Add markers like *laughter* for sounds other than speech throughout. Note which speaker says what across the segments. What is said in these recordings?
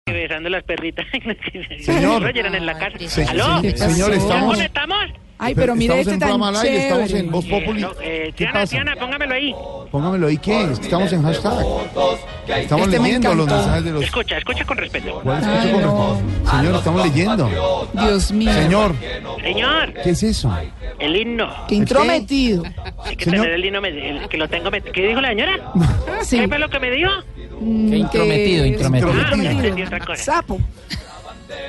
Speaker 1: *laughs* besando las perritas.
Speaker 2: Señor.
Speaker 1: Roger, eran en la casa.
Speaker 2: Se-
Speaker 1: ¿Aló?
Speaker 2: se- señor,
Speaker 1: ¿Ya
Speaker 2: estamos,
Speaker 1: conectamos?
Speaker 3: Ay, pero mire
Speaker 2: estamos
Speaker 3: este
Speaker 2: en
Speaker 3: tan
Speaker 2: programa al aire, estamos en Voz
Speaker 3: chévere.
Speaker 2: Populi.
Speaker 1: No, eh,
Speaker 2: ¿Qué
Speaker 1: Tiana,
Speaker 2: pasa?
Speaker 1: Tiana, póngamelo ahí.
Speaker 2: Póngamelo ahí, ¿qué? Es que Estamos en hashtag. Estamos
Speaker 3: Este me
Speaker 2: leyendo los
Speaker 3: encantó.
Speaker 2: mensajes de los...
Speaker 1: Escucha, escucha con respeto.
Speaker 2: ¿Cuál escucho con respeto? Señor, estamos leyendo.
Speaker 3: Dios mío.
Speaker 2: Señor,
Speaker 1: Señor,
Speaker 2: ¿qué es eso?
Speaker 1: el himno.
Speaker 3: Qué intrometido.
Speaker 1: Hay que
Speaker 2: Señor.
Speaker 1: tener el himno me- el que lo tengo. met- ¿Qué dijo la señora?
Speaker 3: Sí. mm,
Speaker 1: ¿Qué fue lo que me dijo?
Speaker 3: Qué
Speaker 4: intrometido, intrometido.
Speaker 1: Ah,
Speaker 2: Prometido.
Speaker 1: entendí otra cosa.
Speaker 3: Sapo.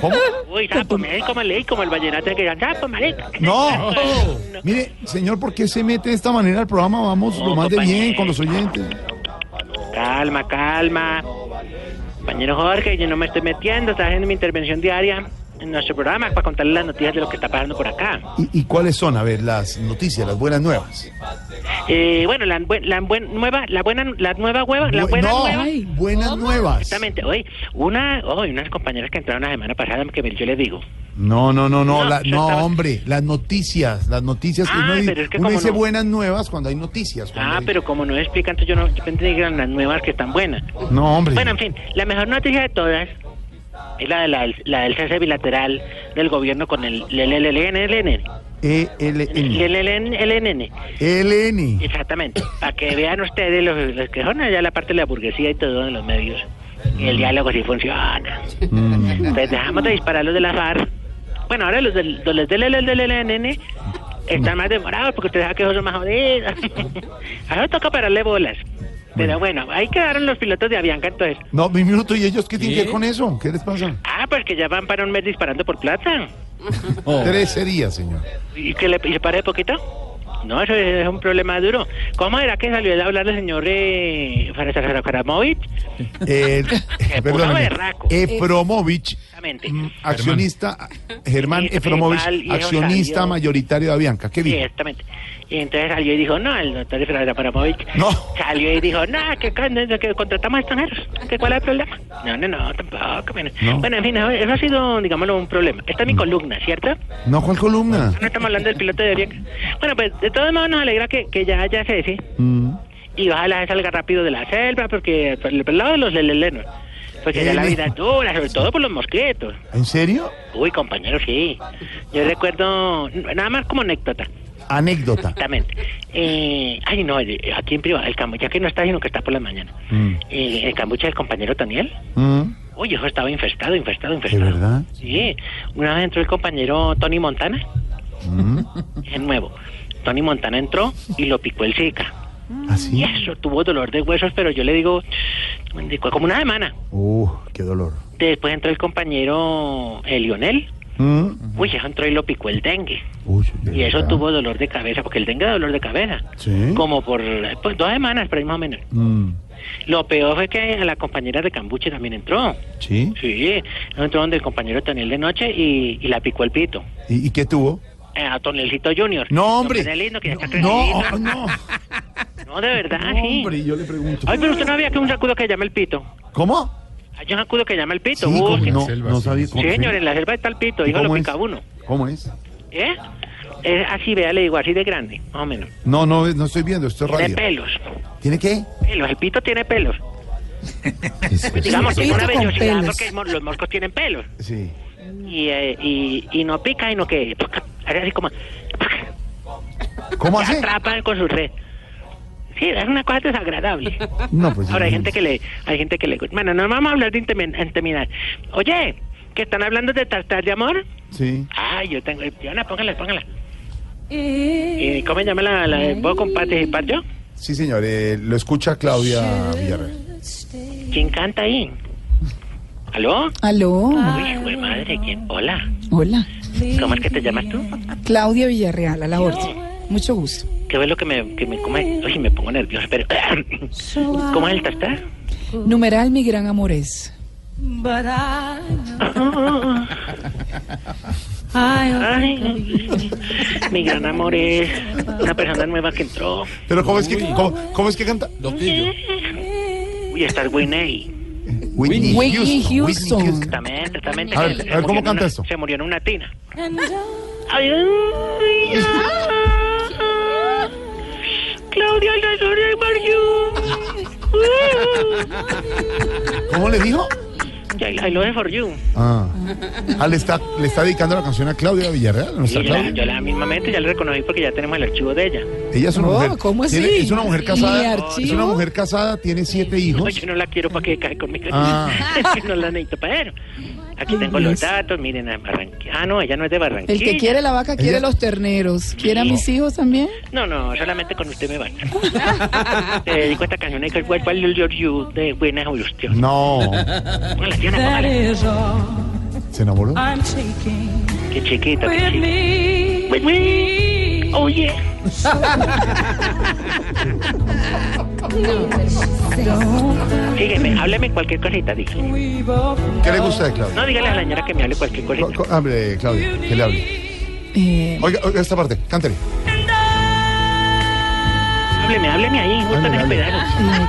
Speaker 2: ¿Cómo?
Speaker 1: Uy, sapo, me ahí como leí, como el vallenato que digan, sapo, marica.
Speaker 2: No. Mire, señor, ¿por qué se mete de esta manera al programa? Vamos lo
Speaker 1: No,
Speaker 2: más de bien
Speaker 1: compañero.
Speaker 2: con los oyentes.
Speaker 1: Calma, calma. Compañero Jorge, yo no me estoy metiendo, estaba haciendo mi intervención diaria en nuestro programa para contarle las noticias de lo que está pasando por acá.
Speaker 2: ¿Y, y cuáles son, a ver, las noticias, las buenas nuevas?
Speaker 1: Eh, bueno, la, buen- la buen- nueva, la buena, la nueva hueva, la
Speaker 2: Bu-
Speaker 1: buena
Speaker 2: no,
Speaker 1: nueva.
Speaker 3: Ay,
Speaker 2: buenas nuevas.
Speaker 1: Exactamente. Oye, una, oye, unas compañeras que entraron la semana pasada que me- yo les digo.
Speaker 2: No, no, no, no,
Speaker 1: No,
Speaker 2: la-
Speaker 1: yo
Speaker 2: no,
Speaker 1: estaba-
Speaker 2: hombre, las noticias, las noticias.
Speaker 1: Ah,
Speaker 2: uno di-
Speaker 1: pero es que
Speaker 2: uno
Speaker 1: como
Speaker 2: dice
Speaker 1: no-
Speaker 2: buenas nuevas cuando hay noticias. cuando
Speaker 1: Ah,
Speaker 2: hay-
Speaker 1: pero como no explican, entonces yo no yo pensé que eran las nuevas que están buenas.
Speaker 2: No, hombre.
Speaker 1: Bueno, en fin, la mejor noticia de todas es la, de la, la del cese bilateral del gobierno con el LLN.
Speaker 2: E ELN.
Speaker 1: LLN.
Speaker 2: LN.
Speaker 1: Exactamente, para que vean ustedes los, los que son allá la parte de la burguesía y todo en los medios. El diálogo sí funciona.
Speaker 2: Mm.
Speaker 1: Entonces dejamos de Pues, disparar los de la FARC. Bueno, ahora los del, los del LLN están más demorados porque ustedes saben que esos son más jodidos. *laughs* ahora toca pararle bolas. Pero bueno, ahí quedaron los pilotos de Avianca entonces.
Speaker 2: No, mi minuto, ¿y ellos qué tienen que ver con eso? ¿Qué les pasa?
Speaker 1: Ah, pues que ya van para un mes disparando por plata.
Speaker 4: Oh.
Speaker 2: Tres días,
Speaker 1: *laughs*
Speaker 2: señor.
Speaker 1: ¿Y que le y se pare poquito? No, eso es un problema duro. ¿Cómo era que salió a hablar el señor eh, Karamovic?
Speaker 2: El, *laughs* perdóname,
Speaker 1: berraco.
Speaker 2: Eh, Efromovich,
Speaker 1: Exactamente.
Speaker 2: mm, accionista, Germán
Speaker 1: Sí, mal,
Speaker 2: Efromovich,
Speaker 1: viejo
Speaker 2: accionista
Speaker 1: sabio.
Speaker 2: mayoritario de Avianca. ¿Qué
Speaker 1: Sí,
Speaker 2: dijo?
Speaker 1: exactamente. Y entonces salió y dijo, no, el doctor Karamovic.
Speaker 2: No.
Speaker 1: Salió y dijo, no, que, con- que contratamos extranjeros. ¿Que ¿Cuál es el problema? No, no, no, tampoco. Bueno,
Speaker 2: No. Mm.
Speaker 1: Bueno, en fin, eso ha sido, digámoslo, un problema. Esta es mi columna, ¿cierto?
Speaker 2: No, ¿cuál columna?
Speaker 1: No estamos hablando del piloto de Oriente. Bueno, pues de todos modos nos alegra que, que ya haya cese
Speaker 2: Mm.
Speaker 1: y ojalá salga rápido de la selva porque por el lado de los lelelenos. Porque
Speaker 2: Eh.
Speaker 1: ya la vida es dura, sobre todo por los mosquitos.
Speaker 2: ¿En serio?
Speaker 1: Uy, compañero, sí. Yo recuerdo, nada más como anécdota,
Speaker 2: Anécdota.
Speaker 1: exactamente. Eh, ay, no, el- aquí en privado, el cambucha que no está, sino que está por la mañana.
Speaker 2: Mm.
Speaker 1: Eh, el cambucha del compañero Daniel.
Speaker 2: Mm.
Speaker 1: Uy, eso estaba infestado, infestado, infestado.
Speaker 2: ¿De verdad?
Speaker 1: Sí. Una vez entró el compañero Tony Montana,
Speaker 2: Mm.
Speaker 1: es nuevo. Tony Montana entró y lo picó el Zika. Y
Speaker 2: ¿Así?
Speaker 1: eso, tuvo dolor de huesos, pero yo le digo, como una semana.
Speaker 2: Uh, qué dolor.
Speaker 1: Después entró el compañero eh, Lionel.
Speaker 2: Mm.
Speaker 1: Uy, eso entró y lo picó el dengue.
Speaker 2: Uy, de
Speaker 1: Y eso
Speaker 2: verdad.
Speaker 1: tuvo dolor de cabeza, porque el dengue da dolor de cabeza.
Speaker 2: Sí.
Speaker 1: Como por pues, dos semanas, pero más o menos.
Speaker 2: Mm.
Speaker 1: Lo peor fue que a la compañera de Cambuche también entró.
Speaker 2: ¿Sí?
Speaker 1: Sí, entró donde el compañero Toniel de noche y, y la picó el pito.
Speaker 2: ¿Y, y qué tuvo?
Speaker 1: Eh, A Tonelcito Junior.
Speaker 2: No, hombre.
Speaker 1: Don Tonelino, que ya está
Speaker 2: No, oh,
Speaker 1: crecido. *laughs*
Speaker 2: no.
Speaker 1: No, de verdad,
Speaker 2: No,
Speaker 1: sí.
Speaker 2: hombre, yo le pregunto.
Speaker 1: Ay, pero usted no había que un sacudo que llama el pito.
Speaker 2: ¿Cómo?
Speaker 1: Hay un sacudo que llama el pito.
Speaker 2: Sí, ¿cómo?
Speaker 1: busque.
Speaker 2: No, no sabía
Speaker 1: Sí,
Speaker 2: cómo.
Speaker 1: señor,
Speaker 2: sí.
Speaker 1: en la selva está el pito,
Speaker 2: ¿Y
Speaker 1: hijo lo
Speaker 2: cómo
Speaker 1: pica
Speaker 2: es?
Speaker 1: uno.
Speaker 2: ¿Cómo es?
Speaker 1: ¿Eh? Es así, vea, le digo, así de grande, más o menos.
Speaker 2: No, no, no estoy viendo, esto es
Speaker 1: Tiene
Speaker 2: radio.
Speaker 1: pelos.
Speaker 2: ¿Tiene qué?
Speaker 1: Pelos, el pito tiene pelos. pues, Digamos,
Speaker 3: un
Speaker 1: tiene una
Speaker 3: pito con
Speaker 1: vellosidad
Speaker 3: pelos.
Speaker 1: porque mo- los moscos tienen pelos.
Speaker 2: Sí.
Speaker 1: Y, eh, y, y no pica, y no que. Hace así como.
Speaker 2: ¿Cómo
Speaker 1: Se
Speaker 2: hace?
Speaker 1: atrapan con su red. Sí, es una cosa desagradable.
Speaker 2: No, pues.
Speaker 1: Ahora hay
Speaker 2: no.
Speaker 1: gente que le, hay gente que le gusta. Bueno, no vamos a hablar de intimi- intimidar. Oye, que están hablando de tartar de amor.
Speaker 2: Sí.
Speaker 1: Ay, yo tengo. Diana, póngala, póngala. ¿Y cómo se llama la, la ¿Puedo con participar yo?
Speaker 2: Sí, señor, eh, lo escucha Claudia Villarreal.
Speaker 1: ¿Quién canta ahí? ¿Aló?
Speaker 3: Aló.
Speaker 1: Uy, güey, madre, ¿quién? Hola.
Speaker 3: Hola.
Speaker 1: ¿Cómo es que te llamas tú?
Speaker 3: Claudia Villarreal, a la orden. Mucho gusto.
Speaker 1: ¿Qué es lo que me, que me come? Uy, me pongo nervioso, pero... *coughs* ¿Cómo es el tartar?
Speaker 3: Numeral mi gran amor es.
Speaker 5: But I,
Speaker 1: Ay, *laughs* mi gran amor es una persona nueva que entró.
Speaker 2: Pero ¿cómo es que, cómo, cómo es que canta?
Speaker 1: Uy, está el Winnie.
Speaker 2: Whitney,
Speaker 3: Whitney Houston.
Speaker 1: Exactamente, exactamente.
Speaker 2: A ver,
Speaker 1: Se
Speaker 2: a ver, ¿cómo
Speaker 1: murió en
Speaker 2: canta
Speaker 1: una-
Speaker 2: esto?
Speaker 1: Se murió en una tina.
Speaker 5: and
Speaker 1: Ay, ay, ay. Claudia, la *laughs* sombra de Mario.
Speaker 2: ¿Cómo le dijo?
Speaker 1: I, I love for you.
Speaker 2: Ah. Ah, le está, le está dedicando la canción a Claudia Villarreal, a nuestra
Speaker 1: Y yo la,
Speaker 2: Claudia.
Speaker 1: yo la mismamente ya la reconocí porque ya tenemos el archivo de ella.
Speaker 2: Ella es una
Speaker 3: No,
Speaker 2: mujer.
Speaker 3: ¿cómo así?
Speaker 2: tiene- es una mujer
Speaker 3: ¿Mi
Speaker 2: casada. Es
Speaker 3: archivo?
Speaker 2: una mujer casada, tiene siete
Speaker 1: No,
Speaker 2: hijos.
Speaker 1: yo no la quiero para que cae conmigo. *laughs*
Speaker 2: Ah.
Speaker 1: no la necesito para eso. Aquí
Speaker 3: Ay,
Speaker 1: tengo los
Speaker 3: Dios.
Speaker 1: datos, miren, a Barranquilla. Ah, no, ella no es de Barranquilla.
Speaker 3: El que quiere la vaca quiere
Speaker 2: Ella-
Speaker 3: los terneros. ¿Quiere a mis hijos también?
Speaker 1: No, no, solamente con usted me van. *laughs* Te dedico a esta canción de Cuál Cuál Love You de Buena Evolución.
Speaker 2: No.
Speaker 3: Mm.
Speaker 1: Póngala, Diana,
Speaker 5: That
Speaker 1: póngala.
Speaker 5: is all
Speaker 2: ¿Se enamoró?
Speaker 5: I'm taking
Speaker 1: Qué chiquita, qué Pues,
Speaker 5: with
Speaker 1: chiquita.
Speaker 5: me.
Speaker 1: With me. Oh, yeah. Sígueme, hábleme cualquier cosita, dije.
Speaker 5: We both
Speaker 2: ¿Qué le gusta de Claudia?
Speaker 1: No, dígale a la señora que me hable cualquier
Speaker 2: Co-
Speaker 1: cosita.
Speaker 2: co- hable, Claudia, que le hable.
Speaker 3: Eh,
Speaker 2: Oiga, oiga esta parte, cántale.
Speaker 1: Hábleme, hábleme ahí, justo en
Speaker 2: Hábleme,
Speaker 1: el
Speaker 2: hábleme.
Speaker 1: pedazo.
Speaker 3: eh,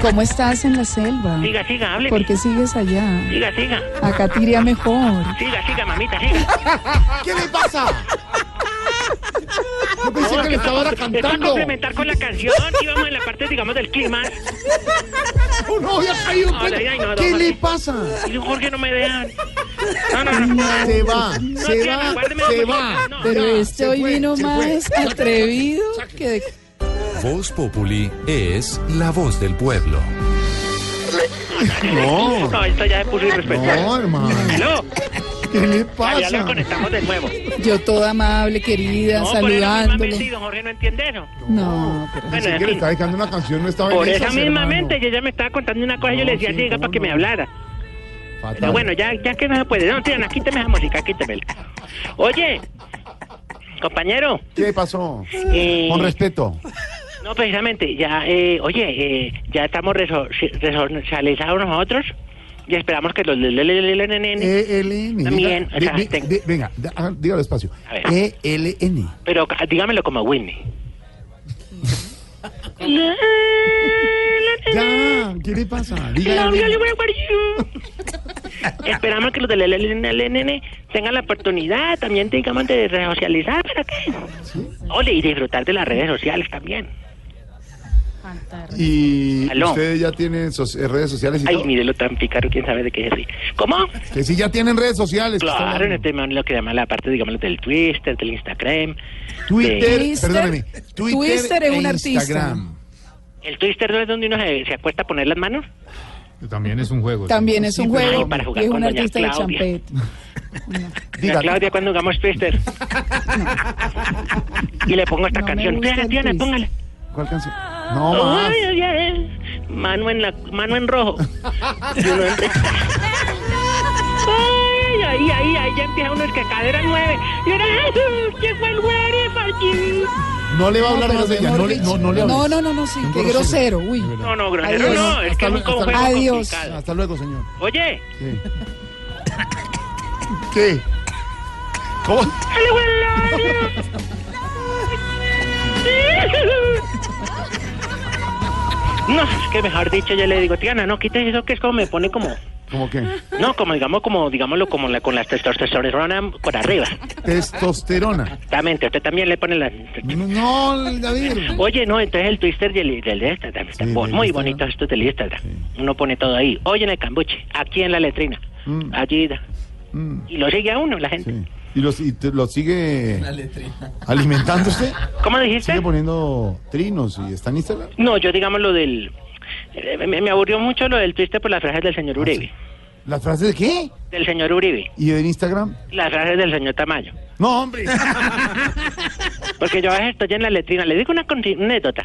Speaker 3: ¿Cómo estás en la selva?
Speaker 1: Siga, siga, hábleme.
Speaker 3: ¿Por qué sigues allá?
Speaker 1: Siga, siga.
Speaker 3: Acá te iría mejor.
Speaker 1: Siga, siga, mamita, siga.
Speaker 2: *laughs* ¿Qué le pasa? Yo pensé que le estaba ahora
Speaker 1: Esto a
Speaker 2: cantando.
Speaker 1: complementar con la canción. Íbamos en la parte, digamos, del clima.
Speaker 2: Oh, no había caído. en
Speaker 1: Ahora,
Speaker 2: cuenta.
Speaker 1: ya, no,
Speaker 2: ¿Qué
Speaker 1: no,
Speaker 2: le
Speaker 1: no.
Speaker 2: pasa?
Speaker 1: Y Jorge no me dejan. No, no, no.
Speaker 2: Se va, se
Speaker 1: Diana,
Speaker 2: va,
Speaker 1: guárdeme la
Speaker 2: se
Speaker 1: muñeca.
Speaker 2: va.
Speaker 1: No,
Speaker 3: Pero
Speaker 2: Ya,
Speaker 3: este
Speaker 2: se
Speaker 3: hoy
Speaker 2: fue,
Speaker 3: vino
Speaker 2: se fue.
Speaker 3: más atrevido que de...
Speaker 4: Voz Populi es la voz del pueblo.
Speaker 2: No,
Speaker 1: No, esto Pues ya se puso irrespetable.
Speaker 2: no, hermano.
Speaker 1: Aló,
Speaker 2: ¿Qué le
Speaker 1: Ah, ya
Speaker 2: pasa?
Speaker 1: lo conectamos de nuevo.
Speaker 3: Yo toda amable, querida,
Speaker 1: No, por eso mismamente, y
Speaker 3: saludándole.
Speaker 1: don Jorge no entiende eso.
Speaker 3: No, pero...
Speaker 1: Bueno,
Speaker 2: Pensé
Speaker 1: en
Speaker 2: que le
Speaker 1: fin,
Speaker 2: estaba dedicando una canción, no estaba en
Speaker 1: por esa
Speaker 2: esas,
Speaker 1: misma
Speaker 2: hermano.
Speaker 1: mente, yo ya me estaba contando una cosa y yo
Speaker 2: No,
Speaker 1: le decía,
Speaker 2: sí,
Speaker 1: siga
Speaker 2: cómo
Speaker 1: para que
Speaker 2: no.
Speaker 1: me hablara.
Speaker 2: Fatal.
Speaker 1: Pero bueno, ya, ya que no se puede. No, Diana, quíteme esa música, quítemela. Oye, compañero.
Speaker 2: ¿Qué pasó?
Speaker 1: eh,
Speaker 2: Con respeto.
Speaker 1: No, precisamente, ya, eh, oye, eh, ya estamos reso- si- resocializados nosotros y esperamos que los
Speaker 2: Eh.
Speaker 1: LLLNN,
Speaker 2: ELN.
Speaker 1: También,
Speaker 2: diga-
Speaker 1: acá,
Speaker 2: E di- di-
Speaker 1: tengo.
Speaker 2: di- Venga, da- ah, dígalo despacio. E
Speaker 1: A ver.
Speaker 2: ELN.
Speaker 1: pero ca- dígamelo como
Speaker 2: *laughs*
Speaker 1: Whitney. LLLNN,
Speaker 2: Ya, ¿qué le pasa?
Speaker 1: love you,
Speaker 2: Dígalo.
Speaker 1: where were
Speaker 3: *laughs*
Speaker 1: you? Esperamos que los del LLLNN tengan la oportunidad también, digamos, de resocializar, ¿para qué? Ole, y disfrutar de las redes sociales también.
Speaker 2: Y
Speaker 1: Aló.
Speaker 2: ustedes ya tienen so- eh, redes sociales y
Speaker 1: Ay,
Speaker 2: todo.
Speaker 1: mírelo tan picaro, quién sabe de qué es. ¿Cómo?
Speaker 2: Que si ya tienen redes sociales. que están
Speaker 1: Claro, en
Speaker 2: hablando.
Speaker 1: este man lo que llaman la parte, digamos, del Twitter, del Instagram.
Speaker 2: Twitter,
Speaker 3: Twister-
Speaker 2: perdóneme. Twitter,
Speaker 3: Twister es
Speaker 2: e
Speaker 3: un artista.
Speaker 2: Instagram.
Speaker 1: ¿El Twister no es donde uno se, se acuesta a poner las manos?
Speaker 6: También es un juego.
Speaker 3: También es un
Speaker 2: pero-
Speaker 3: juego
Speaker 1: Ay, para jugar
Speaker 3: y es
Speaker 1: con
Speaker 3: un
Speaker 1: doña
Speaker 3: artista de
Speaker 1: Claudia.
Speaker 3: champet.
Speaker 1: Diga,
Speaker 2: Diga,
Speaker 1: Claudia, cuando jugamos
Speaker 2: *laughs*
Speaker 1: Twister. y le pongo esta
Speaker 3: No me
Speaker 1: canción.
Speaker 3: gusta
Speaker 1: Diana,
Speaker 3: el
Speaker 1: Diana,
Speaker 3: Twister.
Speaker 1: póngala.
Speaker 2: ¿cuál canción? No, más.
Speaker 1: Ay, ay, ay. Mano en, la, mano en rojo. Y uno empieza- Ay, ay, ay, ay, ya empieza uno, es que cadera nueve. Y ahora, Jesús, que fue el güey, Marquín.
Speaker 2: No le va a hablar más de ella. No, le- no, no le hables.
Speaker 3: No, no, no, no, sí,
Speaker 2: Un
Speaker 3: qué
Speaker 2: grosero.
Speaker 3: grosero, uy.
Speaker 2: De verdad.
Speaker 1: No, no, grosero,
Speaker 3: Adiós.
Speaker 1: no, es que
Speaker 2: Hasta
Speaker 1: es un
Speaker 2: luego, hasta
Speaker 1: juego
Speaker 3: luego.
Speaker 1: complicado.
Speaker 2: Hasta luego, señor.
Speaker 1: Oye,
Speaker 6: *laughs*
Speaker 2: Sí. ¿Qué? ¿Cómo?
Speaker 1: ¡Dale, güey! No, es que mejor dicho, yo le digo, Tiana, no quites eso que es como me pone como.
Speaker 2: ¿Cómo qué?
Speaker 1: No, como digamos, como digámoslo, como la, con las testosterona por arriba.
Speaker 2: Testosterona.
Speaker 1: Exactamente, usted también le pone las.
Speaker 2: No, David.
Speaker 1: Oye, no, entonces el twister del, del Instagram.
Speaker 2: Sí,
Speaker 1: Bo-
Speaker 2: del
Speaker 1: muy
Speaker 2: Instagram.
Speaker 1: bonito esto del Instagram. Uno pone todo ahí. Oye, en el cambuche, aquí en la letrina,
Speaker 2: Mm.
Speaker 1: allí. da.
Speaker 2: Mm,
Speaker 1: Y lo sigue a uno, la gente.
Speaker 2: sí. ¿Y, los, y te- lo sigue
Speaker 1: *laughs*
Speaker 2: alimentándose?
Speaker 1: ¿Cómo dijiste?
Speaker 2: ¿Sigue poniendo trinos y está en Instagram?
Speaker 1: No, yo digamos lo del... eh, Me, me aburrió mucho lo del Twitter por las frases del
Speaker 2: Ah,
Speaker 1: señor Uribe.
Speaker 2: ¿Las frases de qué?
Speaker 1: Del señor Uribe.
Speaker 2: ¿Y en Instagram?
Speaker 1: Las frases del señor Tamayo. *laughs*
Speaker 2: No, hombre.
Speaker 1: Porque yo a veces estoy en la letrina. Le digo una conti- una anécdota.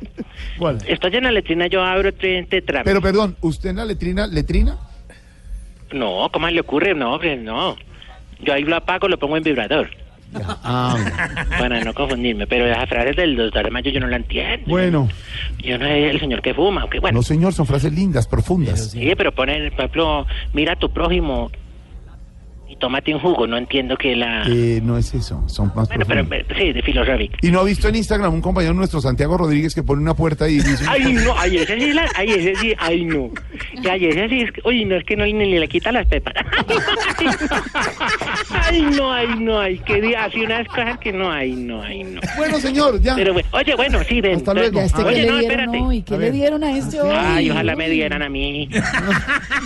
Speaker 2: ¿Cuál?
Speaker 1: Estoy en la letrina, yo abro este tramo.
Speaker 2: Pero perdón, ¿usted en la letrina, letrina?
Speaker 1: No, ¿cómo le ocurre? No, hombre, no. Yo ahí lo apago, lo pongo en vibrador.
Speaker 2: Ya. Ah,
Speaker 1: Para no confundirme. Pero las frases del doctor Tamayo yo no la entiendo.
Speaker 2: bueno.
Speaker 1: Yo no sé el señor que fuma. aunque bueno.
Speaker 2: No, señor, son frases lindas, profundas.
Speaker 1: Sí, pero poner, por ejemplo, mira a tu prójimo y tómate un jugo. No entiendo que la...
Speaker 2: Eh, no es eso, son más
Speaker 1: Bueno, pero,
Speaker 2: profundas.
Speaker 1: pero- sí, de filosófico.
Speaker 2: ¿Y no ha visto en Instagram un compañero nuestro, Santiago Rodríguez, que pone una puerta y dice...
Speaker 1: Ay, no, ay, ese sí, la- ay, ese sí, ay, no. Y ay, ese sí, es que, oye, no, es que no, ni, ni le quita las pepas. *laughs* Ay, no, ay, no, ay, que di- así unas cosas que no, ay, no, ay, no.
Speaker 2: Bueno, señor, ya.
Speaker 1: Pero bueno, oye, bueno, sí, ven.
Speaker 2: Hasta luego.
Speaker 3: Ya este que
Speaker 1: Oye,
Speaker 3: le
Speaker 1: no,
Speaker 3: dieron
Speaker 1: espérate.
Speaker 3: hoy, ¿qué
Speaker 2: A
Speaker 3: le
Speaker 2: ver.
Speaker 3: dieron a este hoy?
Speaker 1: Ay, ojalá me dieran a mí.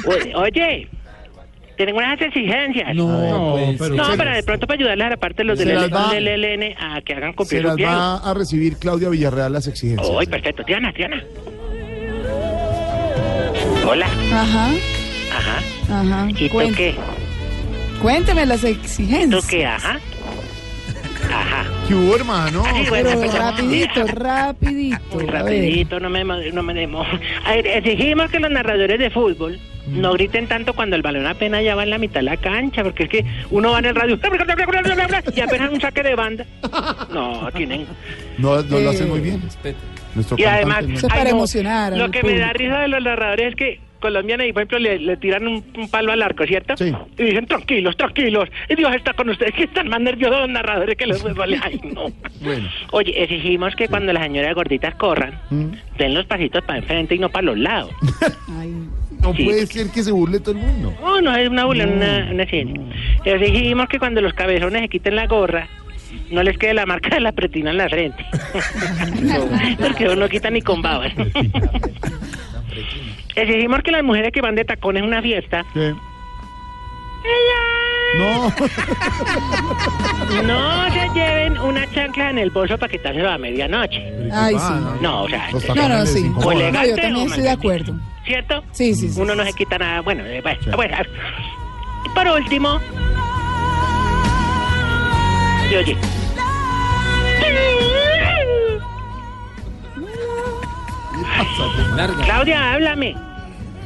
Speaker 1: Oye, Oye, tienen unas exigencias. No,
Speaker 6: No,
Speaker 2: pues,
Speaker 6: pero-
Speaker 2: se-
Speaker 1: pero de pronto para ayudarles a la parte de los
Speaker 2: Se
Speaker 1: del
Speaker 2: las va-
Speaker 1: LLN a que hagan
Speaker 2: se
Speaker 1: cumplir
Speaker 2: las
Speaker 1: su bien.
Speaker 2: va a recibir Claudia Villarreal las exigencias.
Speaker 1: Uy, perfecto. Diana, Diana. Hola.
Speaker 3: Ajá,
Speaker 1: Ajá.
Speaker 3: ajá.
Speaker 1: ¿Y tú
Speaker 3: Cuént-
Speaker 1: qué?
Speaker 3: Cuénteme las
Speaker 1: ¿Tú
Speaker 3: exigencias.
Speaker 1: qué? Ajá. Ajá.
Speaker 2: ¿Qué hubo, hermano?
Speaker 1: Así, bueno,
Speaker 3: Pero
Speaker 1: empezamos. *laughs*
Speaker 3: rapidito, rapidito.
Speaker 1: Muy
Speaker 3: a
Speaker 1: Pues,
Speaker 3: ver.
Speaker 1: rapidito, no me, mo- no me demoro. A ver, exigimos que los narradores de fútbol
Speaker 3: Mm.
Speaker 1: no griten tanto cuando el balón apenas ya va en la mitad de la cancha, porque es que uno va en el radio y apenas un saque de banda. No, tienen.
Speaker 2: No, no lo hacen muy bien. Nuestro
Speaker 1: Y
Speaker 2: cantante
Speaker 1: además,
Speaker 2: no-
Speaker 3: Eso es para
Speaker 1: ay, no,
Speaker 3: emocionar al
Speaker 1: Lo que me da
Speaker 3: público.
Speaker 1: risa de los narradores es que colombianos, por ejemplo, le, le tiran un, un palo al arco, ¿cierto?
Speaker 2: Sí.
Speaker 1: Y dicen, tranquilos, tranquilos, y Dios está con ustedes, que están más nerviosos los narradores que
Speaker 3: *laughs*
Speaker 1: los futbolistas. Ay, no.
Speaker 2: Bueno.
Speaker 1: Oye, exigimos que cuando las señoras gorditas corran,
Speaker 2: Mm.
Speaker 1: den los pasitos para enfrente y no para los lados.
Speaker 3: Ay,
Speaker 2: No
Speaker 1: Sí.
Speaker 2: puede ser que se burle todo el mundo.
Speaker 1: No, Oh, no es una burla, una, una ciencia. Exigimos que cuando los cabezones se quiten la gorra, no les quede la marca de la pretina en la frente. Porque uno quita ni con babas. Exigimos que las mujeres que van de tacones a una fiesta,
Speaker 2: ¿Qué? No,
Speaker 1: no se lleven una chancla en el bolso para quitárselo a medianoche.
Speaker 3: ay,
Speaker 2: Ah,
Speaker 3: sí.
Speaker 1: No, o sea,
Speaker 2: Los
Speaker 3: No, no,
Speaker 2: tacones
Speaker 3: sí.
Speaker 2: les
Speaker 3: No,
Speaker 2: incomodan.
Speaker 1: Colega. este
Speaker 3: yo también estoy de acuerdo.
Speaker 1: ¿cierto?
Speaker 3: Sí, sí, sí.
Speaker 1: Uno no se quita nada. Bueno, eh, bueno, bueno. Y por último. Y oye. Claudia, háblame.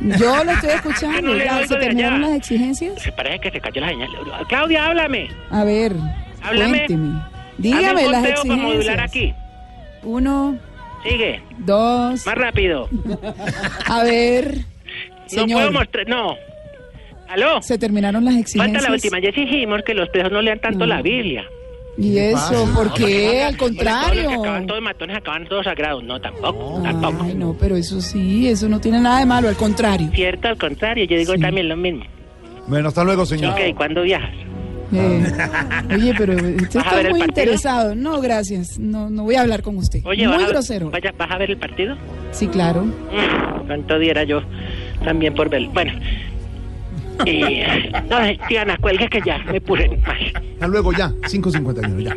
Speaker 1: *laughs*
Speaker 3: Yo lo estoy
Speaker 1: Que no
Speaker 3: escuchando.
Speaker 1: le
Speaker 3: Ya,
Speaker 1: oigo
Speaker 3: ¿Se
Speaker 1: de
Speaker 3: terminaron
Speaker 1: allá.
Speaker 3: las exigencias?
Speaker 1: Se parece que se cayó la señal. Claudia, háblame.
Speaker 3: A ver,
Speaker 1: Háblame.
Speaker 3: cuénteme. Dígame
Speaker 1: Hazme un
Speaker 3: las
Speaker 1: conteo para modular
Speaker 3: exigencias.
Speaker 1: aquí.
Speaker 3: Uno,
Speaker 1: Sigue,
Speaker 3: dos.
Speaker 1: más rápido.
Speaker 3: A ver,
Speaker 1: No puedo
Speaker 3: señor.
Speaker 1: mostrar. No. ¿Aló?
Speaker 3: Se terminaron las
Speaker 1: Falta
Speaker 3: exigencias.
Speaker 1: la última. Ya exigimos que los presos no lean tanto
Speaker 3: Mm.
Speaker 1: la Biblia.
Speaker 3: Y eso, ¿por qué? Al
Speaker 1: Todos los
Speaker 3: contrario. Oh.
Speaker 1: que acaban todos matones acaban todos sagrados. No, tampoco. tampoco.
Speaker 3: Ay, no, pero eso sí, eso no tiene nada de malo, al contrario.
Speaker 1: Cierto, al contrario, yo digo
Speaker 3: Sí.
Speaker 1: también lo mismo.
Speaker 2: Bueno, hasta luego, señor.
Speaker 1: Ok, ¿cuándo viajas?
Speaker 3: Eh, oye,
Speaker 1: *laughs*
Speaker 3: pero usted
Speaker 1: ¿Vas a
Speaker 3: está
Speaker 1: ver el
Speaker 3: muy
Speaker 1: partido?
Speaker 3: interesado. No, gracias. No, no voy a hablar con usted.
Speaker 1: Oye,
Speaker 3: muy
Speaker 1: vas,
Speaker 3: grosero.
Speaker 1: A, vaya, ¿vas a ver el partido?
Speaker 3: Sí, claro.
Speaker 1: Mm, ¿Cuánto diera yo también por verlo? Bueno. *laughs* Y, no, Diana, cuelga que ya me puse mal.
Speaker 2: Hasta luego, ya. 5.51, ya.